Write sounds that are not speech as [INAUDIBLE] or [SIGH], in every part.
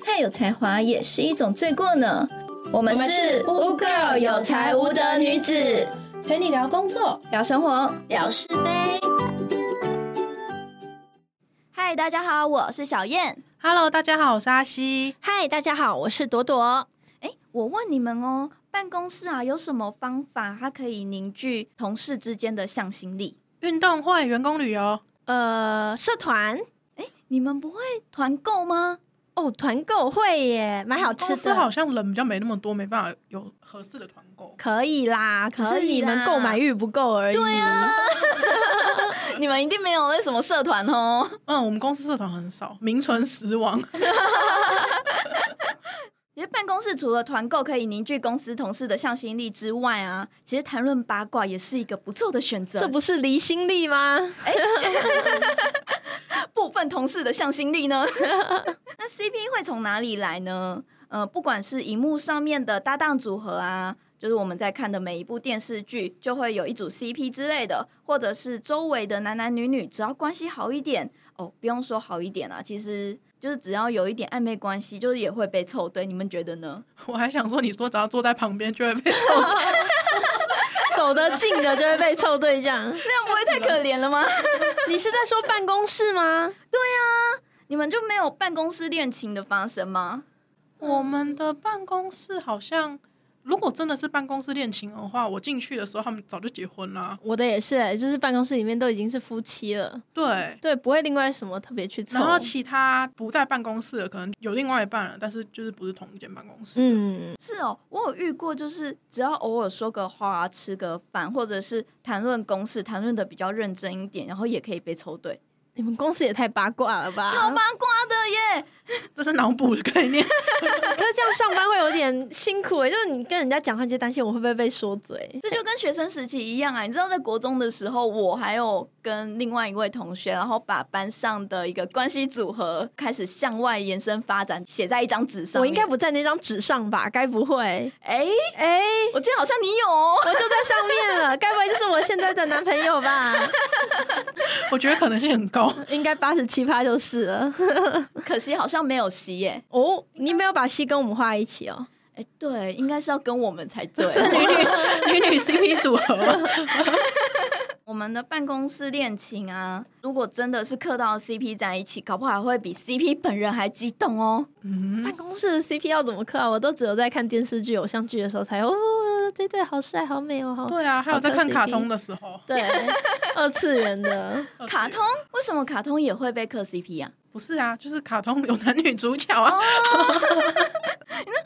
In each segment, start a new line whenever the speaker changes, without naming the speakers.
再哎有才华也是一种罪过呢。我们是
乌 girl 有才无德女子，
陪你聊工作，
聊生活，
聊是非。
嗨，大家好，我是小燕。
Hello，大家好，我是阿西。
嗨，大家好，我是朵朵。
哎，我问你们哦，办公室啊有什么方法，它可以凝聚同事之间的向心力？
运动会、员工旅游，
呃，社团
哎，你们不会团购吗？
哦，团购会耶，买好
公
吃
司好
的，
像人比较没那么多，没办法有合适的团购。
可以啦，只
可
是
以
你
啦
们购买欲不够而已。对啊，
[LAUGHS] 你们一定没有那什么社团哦。
嗯，我们公司社团很少，名存实亡。 [LAUGHS]
其实办公室除了团购可以凝聚公司同事的向心力之外啊，其实谈论八卦也是一个不错的选择。
这不是离心力吗？ [LAUGHS]
部分同事的向心力呢？ [LAUGHS] 那 CP 会从哪里来呢？呃，不管是荧幕上面的搭档组合啊，就是我们在看的每一部电视剧，就会有一组 CP 之类的，或者是周围的男男女女，只要关系好一点，哦，不用说好一点啊，其实就是只要有一点暧昧关系，就是也会被凑对。你们觉得呢？
我还想说，你说只要坐在旁边就会被 [LAUGHS] 抽，
走得近的就会被凑对这 [LAUGHS] 样。
这样不会太可怜了吗？
你是在说办公室吗？
你们就没有办公室恋情的发生吗？
我们的办公室好像，如果真的是办公室恋情的话，我进去的时候他们早就结婚啦。
我的也是耶，就是办公室里面都已经是夫妻了，
对，
对，不会另外什么特别去凑
然。后其他不在办公室的，可能有另外一半了，但是就是不是同一间办公室。
嗯，
是哦，我有遇过，就是只要偶尔说个话、吃个饭，或者是谈论公事，谈论的比较认真一点，然后也可以被抽对，
你们公司也太八卦了吧？
超八卦的耶！
这是脑补的概念。
[LAUGHS] 可是这样上班会有点辛苦哎，就是你跟人家讲话你就担心我会不会被说嘴。
这就跟学生时期一样啊，你知道，在国中的时候，我还有跟另外一位同学，然后把班上的一个关系组合开始向外延伸发展，写在一张纸上
我
面。
应该不在那张纸上吧？该不会？
哎，
哎、
我记得好像你有哦。
我就在上面了， [LAUGHS] 该不会就是我现在的男朋友吧？
我觉得可能性很高。
应该八十七趴就是了。
可惜好像没有吸耶。
哦，你没有把戏跟我们画一起哦。
哎，对，应该是要跟我们才
[LAUGHS]
对。
女女女女 CP 组合吗？
我们的办公室恋情啊，如果真的是磕到 CP 在一起，搞不好还会比 CP 本人还激动哦。
嗯
办，公室的 CP 要怎么刻啊？我都只有在看电视剧、偶像剧的时候才哦，这对好帅、好美哦，好
对啊，还有在看卡通的时候，
[LAUGHS] 对，二次元的。
哦
卡通为什么卡通也会被磕 CP 啊？ [LAUGHS]
不是啊，就是卡通有男女主角啊，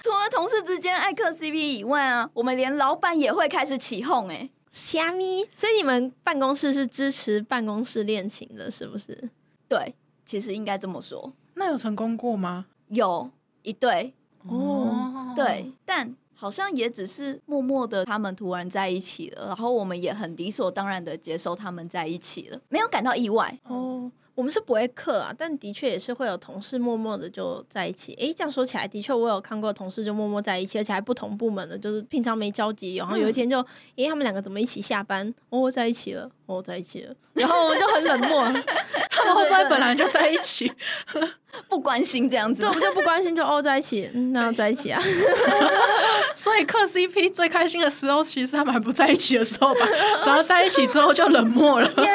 除了同事之间爱磕 CP 以外啊，我们连老板也会开始起哄哎、
虾咪，所以你们办公室是支持办公室恋情的，是不是？
对，其实应该这么说，
那有成功过吗？
有一对
哦，
对，但好像也只是默默的他们突然在一起了，然后我们也很理所当然的接受他们在一起了，没有感到意外。
哦，我们是不会刻啊，但的确也是会有同事默默的就在一起。诶，这样说起来，的确我有看过同事就默默在一起，而且还不同部门的，就是平常没交集，然后有一天就，诶，他们两个怎么一起下班？哦，在一起了，哦，在一起了，然后我们就很冷漠， [LAUGHS] 他
会不会本来就在一 [LAUGHS] 起？
不关心这样子
这我，们就不关心，就哦在一起，嗯，那要在一起啊， [LAUGHS]
所以磕 CP 最开心的时候，其实他们还不在一起的时候吧， [LAUGHS] 只要在一起之后就冷漠 [LAUGHS] 了。
也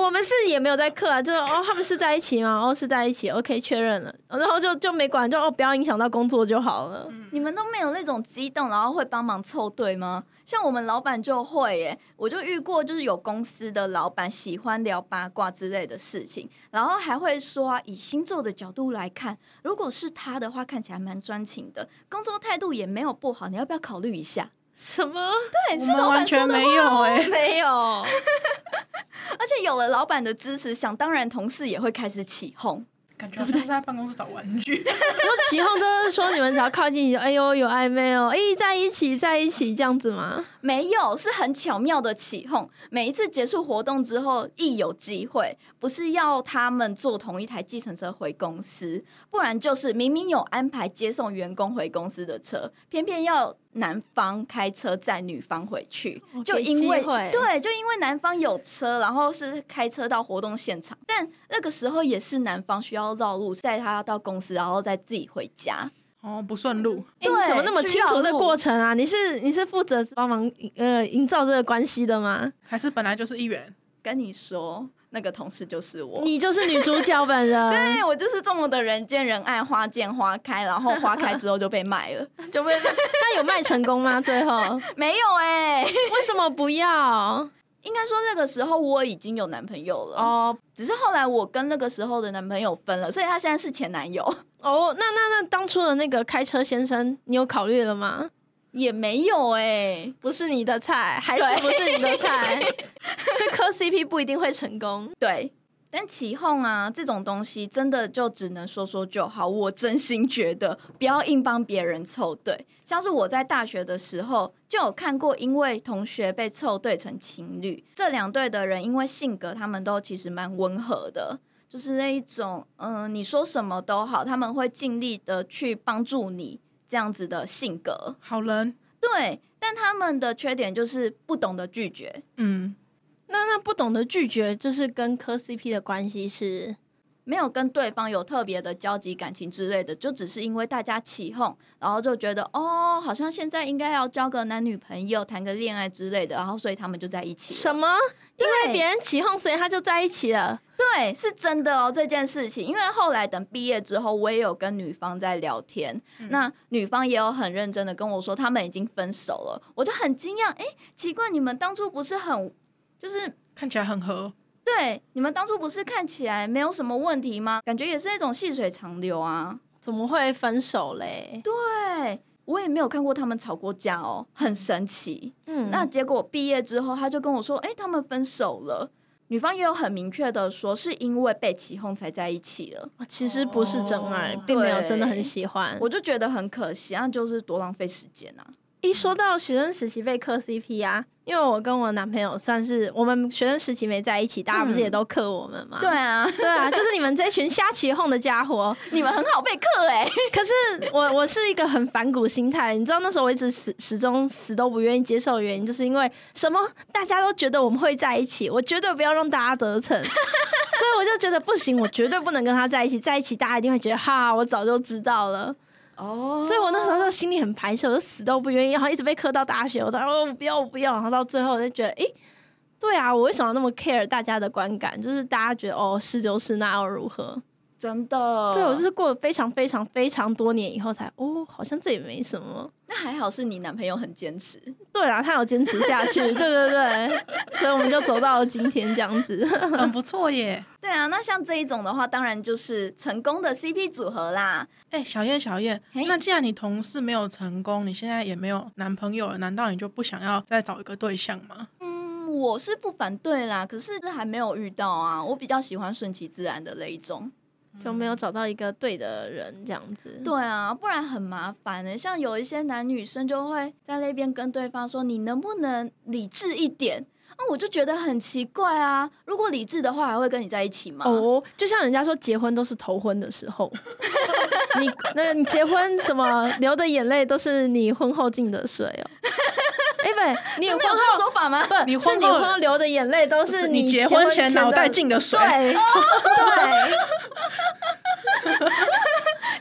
我们是也没有在刻啊，就哦他们是在一起吗？哦是在一起，OK 确认了，然后就就没管，就哦不要影响到工作就好了。
你们都没有那种激动，然后会帮忙凑对吗？像我们老板就会耶，我就遇过，就是有公司的老板喜欢聊八卦之类的事情，然后还会说、啊、以星座的角度来看，如果是他的话，看起来蛮专情的，工作态度也没有不好，你要不要考虑一下？
什么？
对，
我
是
们
老
完
板说
全
的
没
话，
有哎，
[LAUGHS] 没有。
而且有了老板的支持，想当然同事也会开始起哄。
感觉不对？是在办公室找玩 [LAUGHS] 具，
然后起哄就是说你们只要靠近，你就哎呦有暧昧哦，哎在一起在一起这样子吗？
没有，是很巧妙的起哄。每一次结束活动之后，一有机会，不是要他们坐同一台计程车回公司，不然就是明明有安排接送员工回公司的车，偏偏要男方开车载女方回去，就因为
哦给机会
对，就因为男方有车，然后是开车到活动现场，但那个时候也是男方需要要绕路载他到公司，然后再自己回家。
哦，不顺路，
哎、你怎
对
么那么
去
清
绕
楚这
路
过程啊？你是你是负责帮忙呃营造这个关系的吗？
还是本来就是一员？
跟你说，那个同事就是我。
你就是女主角本 [LAUGHS] 人，
对我就是这么的人见人爱，花见花开，然后花开之后就被卖了，
就被那有卖成功吗？最后
没有哎、
为什么不要？
应该说那个时候我已经有男朋友了，
哦
只是后来我跟那个时候的男朋友分了，所以他现在是前男友，
哦，那那那当初的那个开车先生，你有考虑了吗？
也没有哎、
不是你的菜，还是
对
不是你的菜？ [LAUGHS] 所以磕 CP 不一定会成功。
对。但起哄啊，这种东西真的就只能说说就好。我真心觉得，不要硬帮别人凑对。像是我在大学的时候，就有看过因为同学被凑对成情侣，这两对的人因为性格，他们都其实蛮温和的，就是那一种，嗯、你说什么都好，他们会尽力的去帮助你这样子的性格。
好人，
对，但他们的缺点就是不懂得拒绝。
嗯，
那那不懂得拒绝，就是跟磕 CP 的关系是
没有跟对方有特别的交集、感情之类的，就只是因为大家起哄，然后就觉得哦，好像现在应该要交个男女朋友、谈个恋爱之类的，然后所以他们就在一起了。
什么？因为
对
别人起哄，所以他就在一起了。
对，是真的哦，这件事情。因为后来等毕业之后，我也有跟女方在聊天，
嗯
那女方也有很认真的跟我说，他们已经分手了。我就很惊讶，哎，奇怪，你们当初不是很就是
看起来很 [LAUGHS] 合，
对你们当初不是看起来没有什么问题吗？感觉也是那种细水长流啊。
怎么会分手嘞？
对，我也没有看过他们吵过架哦，很神奇。
嗯
那结果毕业之后，他就跟我说：“哎、他们分手了。”女方也有很明确的说，是因为被起哄才在一起了。
其实不是真爱，
哦
并没有真的很喜欢。
我就觉得很可惜，那就是多浪费时间啊！
一说到学生时期被磕 CP 啊，因为我跟我男朋友算是我们学生时期没在一起，大家不是也都克我们吗？
对啊，
嗯对啊，就是你们这群瞎起哄的家伙。
你们很好被克哎、
可是我我是一个很反骨心态，你知道那时候我一直始始终死都不愿意接受的原因，就是因为什么大家都觉得我们会在一起，我绝对不要让大家得逞，所以我就觉得不行，我绝对不能跟他在一起，在一起大家一定会觉得哈，我早就知道了。
[LAUGHS] 哦
所以我那时候就心里很排斥，我就死都不愿意，然后一直被磕到大学，我都哦不要我不要，然后到最后我就觉得，诶，对啊，我为什么那么 care 大家的观感？就是大家觉得哦是就是，那又如何？
真的，
对我就是过了非常非常非常多年以后才哦，好像这也没什么。
那还好是你男朋友很坚持，
对啦，他有坚持下 [LAUGHS] 去，对对对，所以我们就走到了今天这样子。
很不错耶。
对啊。那像这一种的话，当然就是成功的 CP 组合啦。
哎、小燕，小燕，
嘿
那既然你同事没有成功，你现在也没有男朋友了，难道你就不想要再找一个对象吗？
嗯，我是不反对啦，可是还没有遇到啊。我比较喜欢顺其自然的那一种。
[LAUGHS] 就没有找到一个对的人，这样子。
对啊，不然很麻烦的、像有一些男女生就会在那边跟对方说：“你能不能理智一点？”那、我就觉得很奇怪啊。如果理智的话，还会跟你在一起吗？
哦，就像人家说结婚都是头婚的时 [LAUGHS] 候，你那你结婚什么流的眼泪都是你婚后进的水哦。哎、不，你
真的有
婚
这个
后
说法吗？ [LAUGHS]
不
你
是
婚
你
后
婚后流的眼泪都是
你
结
结婚前
前
脑袋
的
进的水，
对。 [LAUGHS] 对，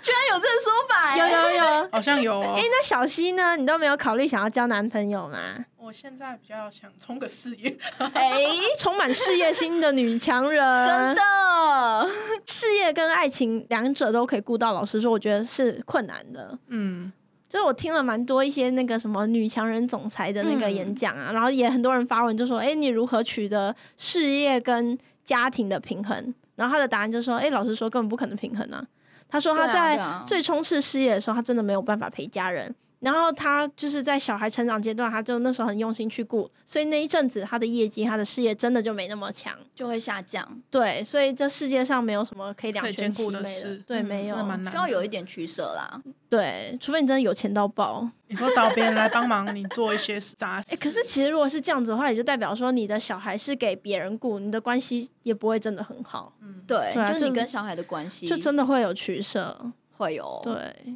居然有这个说法、欸！
有有有。
好像有哦
哎、。那小溪呢？你都没有考虑想要交男朋友吗？
我现在比较想冲个事业， [LAUGHS]
哎、
充满事业心的女强人，
[LAUGHS] 真
呃
的，
事业跟爱情两者都可以顾到。老实说，我觉得是困难的。
嗯，
就是我听了蛮多一些那个什么女强人总裁的那个演讲
嗯
啊，然后也很多人发文就说：“哎、你如何取得事业跟家庭的平衡？”然后他的答案就说：“哎、老实说，根本不可能平衡啊。”他说他
对啊对
在
啊
最冲刺事业的时候，他真的没有办法陪家人。然后他就是在小孩成长阶段，他就那时候很用心去顾，所以那一阵子他的业绩、他的事业真的就没那么强。
就会下降，
对，所以这世界上没有什么可以两
可以兼
全其
顾
美
的
的
事，，
对，
嗯
没有
真的，蛮难
需
的。
要有一点取舍啦。
对，除非你真的有钱到爆。
你说找别人来帮忙你做一些杂事，
哎、可是其实如果是这样子的话，也就代表说你的小孩是给别人顾，你的关系也不会真的很好，
嗯
对，
对啊
就是你
就
跟小孩的关系，
就真的会有取舍。
会有。，
对，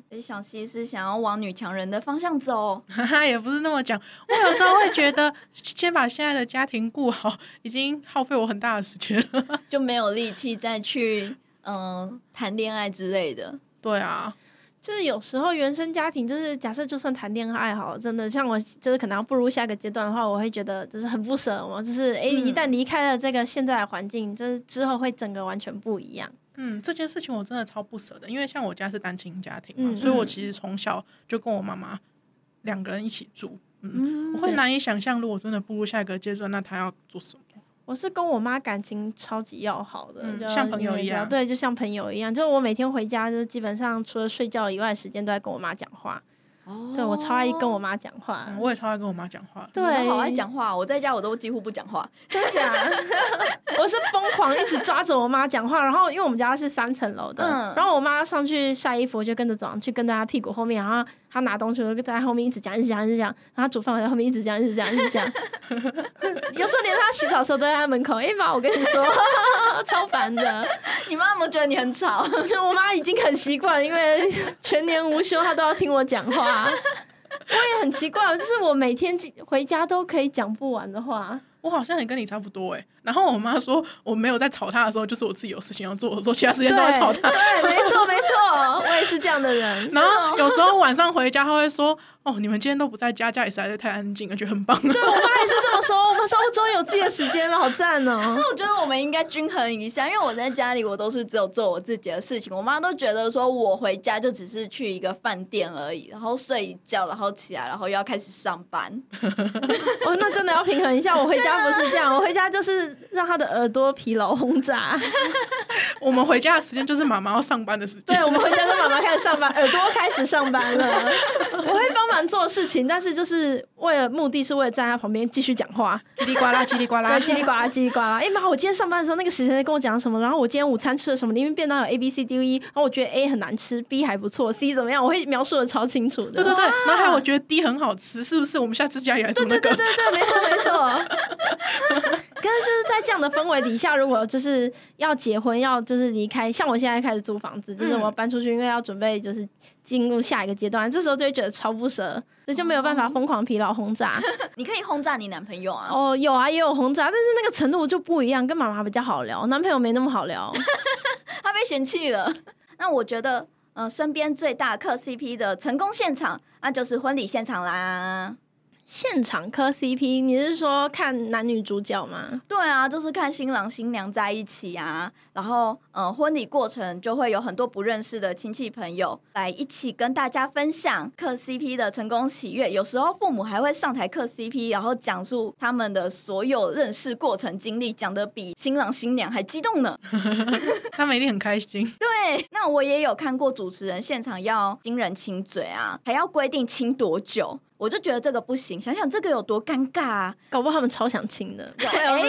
所以小溪是想要往女强人的方向走。
[LAUGHS] 哈哈，也不是那么讲。我有时候会觉得，先把现在的家庭顾好，已经耗费我很大的时间了。 [LAUGHS]
就没有力气再去嗯谈恋爱之类的。
对啊，
就是有时候原生家庭，就是假设就算谈恋爱好了，真的像我，就是可能要步入下一个阶段的话，我会觉得就是很不舍嘛，就是诶，
嗯
一旦离开了这个现在的环境，就是之后会整个完全不一样。
嗯，这件事情我真的超不舍的，因为像我家是单亲家庭嘛，
嗯
所以
嗯
我其实从小就跟我妈妈两个人一起住。嗯，
嗯
我会
对
难以想象，如果真的步入下一个阶段，那她要做什么？
我是跟我妈感情超级要好的，
嗯
就
像朋友一样
对，就像朋友一样。就我每天回家，就是基本上除了睡觉以外，时间都在跟我妈讲话。对我超爱跟我妈讲话，
嗯我也超爱跟我妈讲话。
你们
对，
都好爱讲话，我在家我都几乎不讲话。
真假？ [LAUGHS] 我是疯狂一直抓着我妈讲话，然后因为我们家是三层楼的，
嗯
然后我妈上去晒衣服，我就跟着走上去，跟在她屁股后面，然后她拿东西，我就在她后面一直讲，一直讲，一直讲，然后她煮饭我在后面一直讲，一直讲，一直讲，有时候连她洗澡的时候都在她门口，哎、妈，我跟你说，超烦的。
[LAUGHS] 你妈妈觉得你很吵，
我妈已经很习惯，因为全年无休，她都要听我讲话。我也很奇怪，就是我每天回家都可以讲不完的话。
我好像也跟你差不多哎、然后我妈说，我没有在吵她的时候，就是我自己有事情要做的时候，其他时间都在吵她。
对，没错没错，我也是哦这样的人。
然后有时候晚上回家，她会说：“哦，你们今天都不在家，家里实在是太安静了，觉 [LAUGHS] 得很棒。”
对我妈也是这么说，我妈说我终于有自己的时间了，好赞哦！
我觉得我们应该均衡一下，因为我在家里我都是只有做我自己的事情，我妈都觉得说我回家就只是去一个饭店而已，然后睡一觉，然后起来，然后又要开始上班。 [LAUGHS]
哦，那真的要平衡一下。我回家不是这样，我回家就是让她的耳朵疲劳轰炸。
我们回家的时间就是妈妈要上班的时间。
对，我们回家让妈妈开始上班，耳朵开始上班了。 [LAUGHS] 我会帮忙做事情，但是就是为了目的是为了站在她旁边继续讲话。
叽里呱啦，叽里呱啦，
[LAUGHS] 对，叽里呱啦，叽里呱啦。哎、妈，我今天上班的时候，那个谁谁谁跟我讲什么，然后我今天午餐吃了什么，里面便当有 A B C D E，然后我觉得 A 很难吃，B 还不错，C 怎么样，我会描述的超清楚的。
对对对，然后还有我觉得 D 很好吃，是不是？我们下次家里来做那
对对
个。
对对，没错没错。 [LAUGHS] 可是就是在这样的氛围底下，如果就是要结婚，要就是离开，像我现在开始租房子，就是我要搬出去，因为要准备就是进入下一个阶段，这时候就会觉得超不舍，所以就没有办法疯狂疲劳轰炸。
你可以轰炸你男朋友啊！
哦，有啊，也有轰炸，但是那个程度就不一样，跟妈妈比较好聊，男朋友没那么好聊。
他被嫌弃了。那我觉得，呃，身边最大的磕 CP 的成功现场，那就是婚礼现场啦。
现场磕 CP，你是说看男女主角吗？
对啊，就是看新郎新娘在一起啊，然后呃，婚礼过程就会有很多不认识的亲戚朋友来一起跟大家分享磕 CP 的成功喜悦。有时候父母还会上台磕 CP，然后讲述他们的所有认识过程经历，讲得比新郎新娘还激动呢。 [LAUGHS]
他们一定很开 [LAUGHS] 心。
对，那我也有看过主持人现场要新人亲嘴啊，还要规定亲多久，我就觉得这个不行。想想这个有多尴尬啊！
搞不好他们超想亲 [LAUGHS] 的，
哎
然后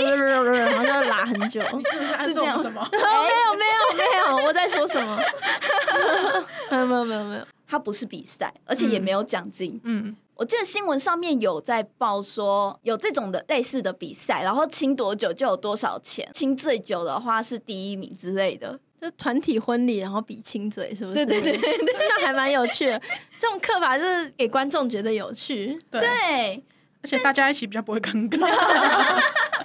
就要拉很 [LAUGHS] 久。
你 [LAUGHS] 是不是暗示我们什么？
哦没有没有没有，我在说什么？ [LAUGHS] 没有没有没有没有，
它不是比赛，而且也没有奖金。
嗯，
我记得新闻上面有在报说有这种的类似的比赛，然后亲多久就有多少钱，亲最久的话是第一名之类的。
就团体婚礼，然后比亲嘴，是不是？
对对对，
那还蛮有趣的。这种刻法就是给观众觉得有趣。
对，
对，
而且大家一起比较不会尴尬。 [LAUGHS]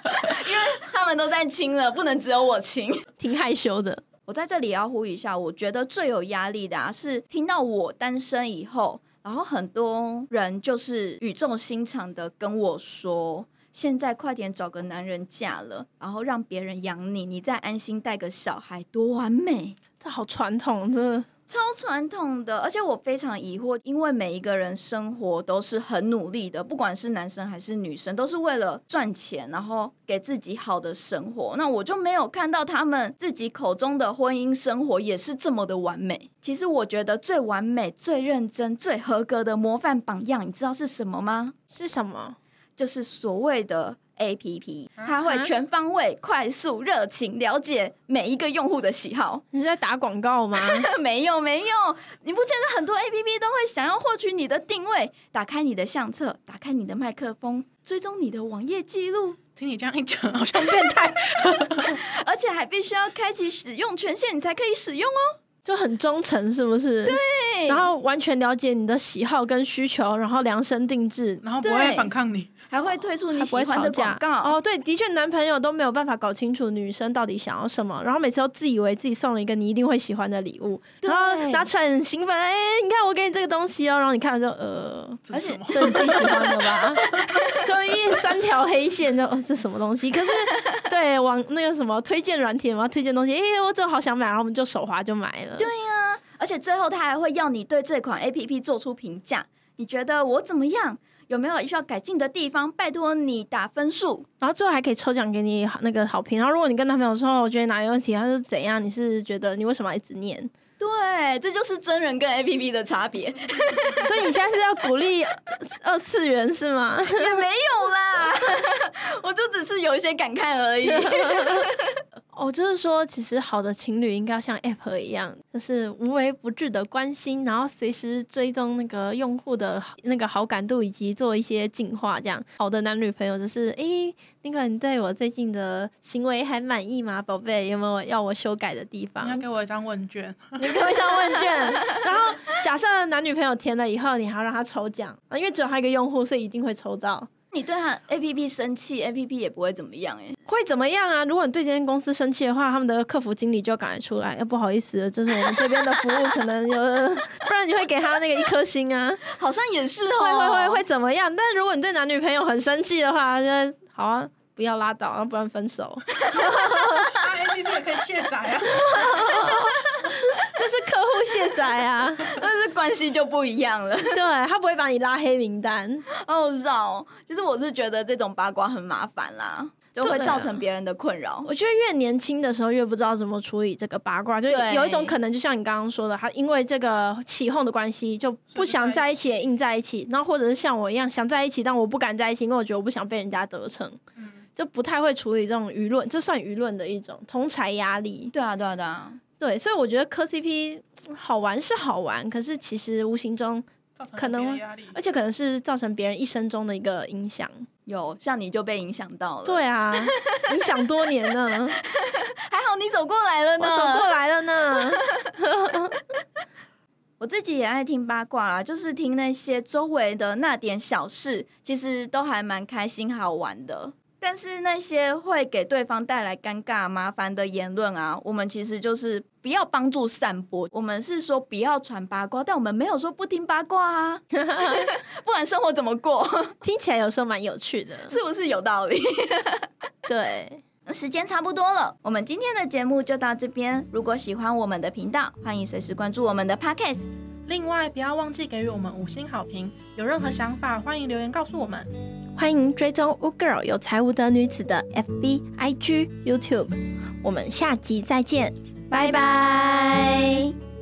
他们都在亲了，不能只有我亲。
挺害羞的，
[LAUGHS] 我在这里也要呼吁一下，我觉得最有压力的啊，是听到我单身以后，然后很多人就是语重心长的跟我说。现在快点找个男人嫁了，然后让别人养你，你再安心带个小孩，多完美！
这好传统，真的。
超传统的，而且我非常疑惑，因为每一个人生活都是很努力的，不管是男生还是女生，都是为了赚钱，然后给自己好的生活。那我就没有看到他们自己口中的婚姻生活也是这么的完美。其实我觉得最完美、最认真、最合格的模范榜样，你知道是什么吗？
是什么？
就是所谓的 A P P，
啊
它会全方位、快速、热情了解每一个用户的喜好。
你是在打广告吗？
[LAUGHS] 没有没有，你不觉得很多 A P P 都会想要获取你的定位，打开你的相册，打开你的麦克风，追踪你的网页记录， [LAUGHS]
听你这样一讲，好像变态。
而且还必须要开启使用权限，你才可以使用哦。
就很忠诚，是不是？对，
对，
然后完全了解你的喜好跟需求，然后量身定制。
然后不
对
会反抗你，
还会推出你
还
喜
不会
欢
吵
的
架
广告。
哦，对，的确，男朋友都没有办法搞清楚女生到底想要什么，然后每次都自以为自己送了一个你一定会喜欢的礼物，
对
然后拿出来很兴奋，哎、你看我给你这个东西哦，然后你看了就
[LAUGHS]
呃，
这是什么？
这是自己喜欢的吧？就一三条黑线就，哦，这什么东西？可是对往那个什么推荐软体嘛，推荐东西，哎、我这好想买，然后我们就手滑就买了。对，
而且最后他还会要你对这款 A P P 做出评价，你觉得我怎么样？有没有需要改进的地方？拜托你打分数。
然后最后还可以抽奖给你那个好评。然后如果你跟男朋友说，哦我觉得哪里有问题，他是怎样？你是觉得你为什么要一直念？ [LAUGHS]
对，这就是真人跟 A P P 的差别，也
所以你现在是要鼓励二次元是吗？ [LAUGHS]
没有啦， [LAUGHS] 我就只是有一些感慨而已。
哦，就是说，其实好的情侣应该要像 App 一样，就是无微不至的关心，然后随时追踪那个用户的那个好感度，以及做一些进化。这样好的男女朋友就是，诶，那个你对我最近的行为还满意吗，宝贝？有没有要我修改的地
[LAUGHS]
方
你？要给我一张问 [LAUGHS] 卷，
你可以上问卷，然后假设男女朋友填了以后，你还要让他抽奖啊，因为只有他一个用户，所以一定会抽到。
你对他 A P P 生气，A P P 也不会怎么样哎、
会怎么样啊？如果你对这间公司生气的话，他们的客服经理就要赶快出来。要哎不好意思，就是我们这边的服务可能有， [LAUGHS] 不然你会给他那个一颗星 [LAUGHS] 啊。
好像也是哦，
会会会会怎么样？但如果你对男女朋友很生气的话，就好啊，不要拉倒，要不然分手。
啊 A P P 也可以卸载啊。
[LAUGHS] 这是客户卸载啊，
但是关系就不一样了。
[LAUGHS] 对他不会把你拉黑名单。
哦，绕，其实我是觉得这种八卦很麻烦啦，就会
对啊
造成别人的困扰。
我觉得越年轻的时候越不知道怎么处理这个八卦，就
对
有一种可能，就像你刚刚说的，他因为这个起哄的关系就不想在一起，也硬在一起，然后或者是像我一样想在一起，但我不敢在一起，因为我觉得我不想被人家得逞，
[LAUGHS] 嗯，
就不太会处理这种舆论，这算舆论的一种同柴压力。
对啊，对啊，对啊，
对，所以我觉得磕 CP 好玩是好玩，可是其实无形中，
造成
可能
别人压力，
而且可能是造成别人一生中的一个影响。
有像你就被影响到了。，
对啊，影响多年呢，
还好你走过来了
我
呢。
走过来了呢。
我自己也爱听八卦啦，就是听那些周围的那点小事，其实都还蛮开心好玩的。但是那些会给对方带来尴尬麻烦的言论啊，我们其实就是不要帮助散播。我们是说不要传八卦，但我们没有说不听八卦 [LAUGHS] 啊，不然生活怎么过？ [LAUGHS]
听起来有时候蛮有趣的，
是不是有道理？
对。
[LAUGHS] 时间差不多了，我们今天的节目就到这边。如果喜欢我们的频道，欢迎随时关注我们的 Podcast。
另外，不要忘记给予我们五星好评。有任何想法，欢迎留言告诉我们。
欢迎追踪 w Girl 有才无德女子的 FB、IG、YouTube。我们下集再见，拜拜。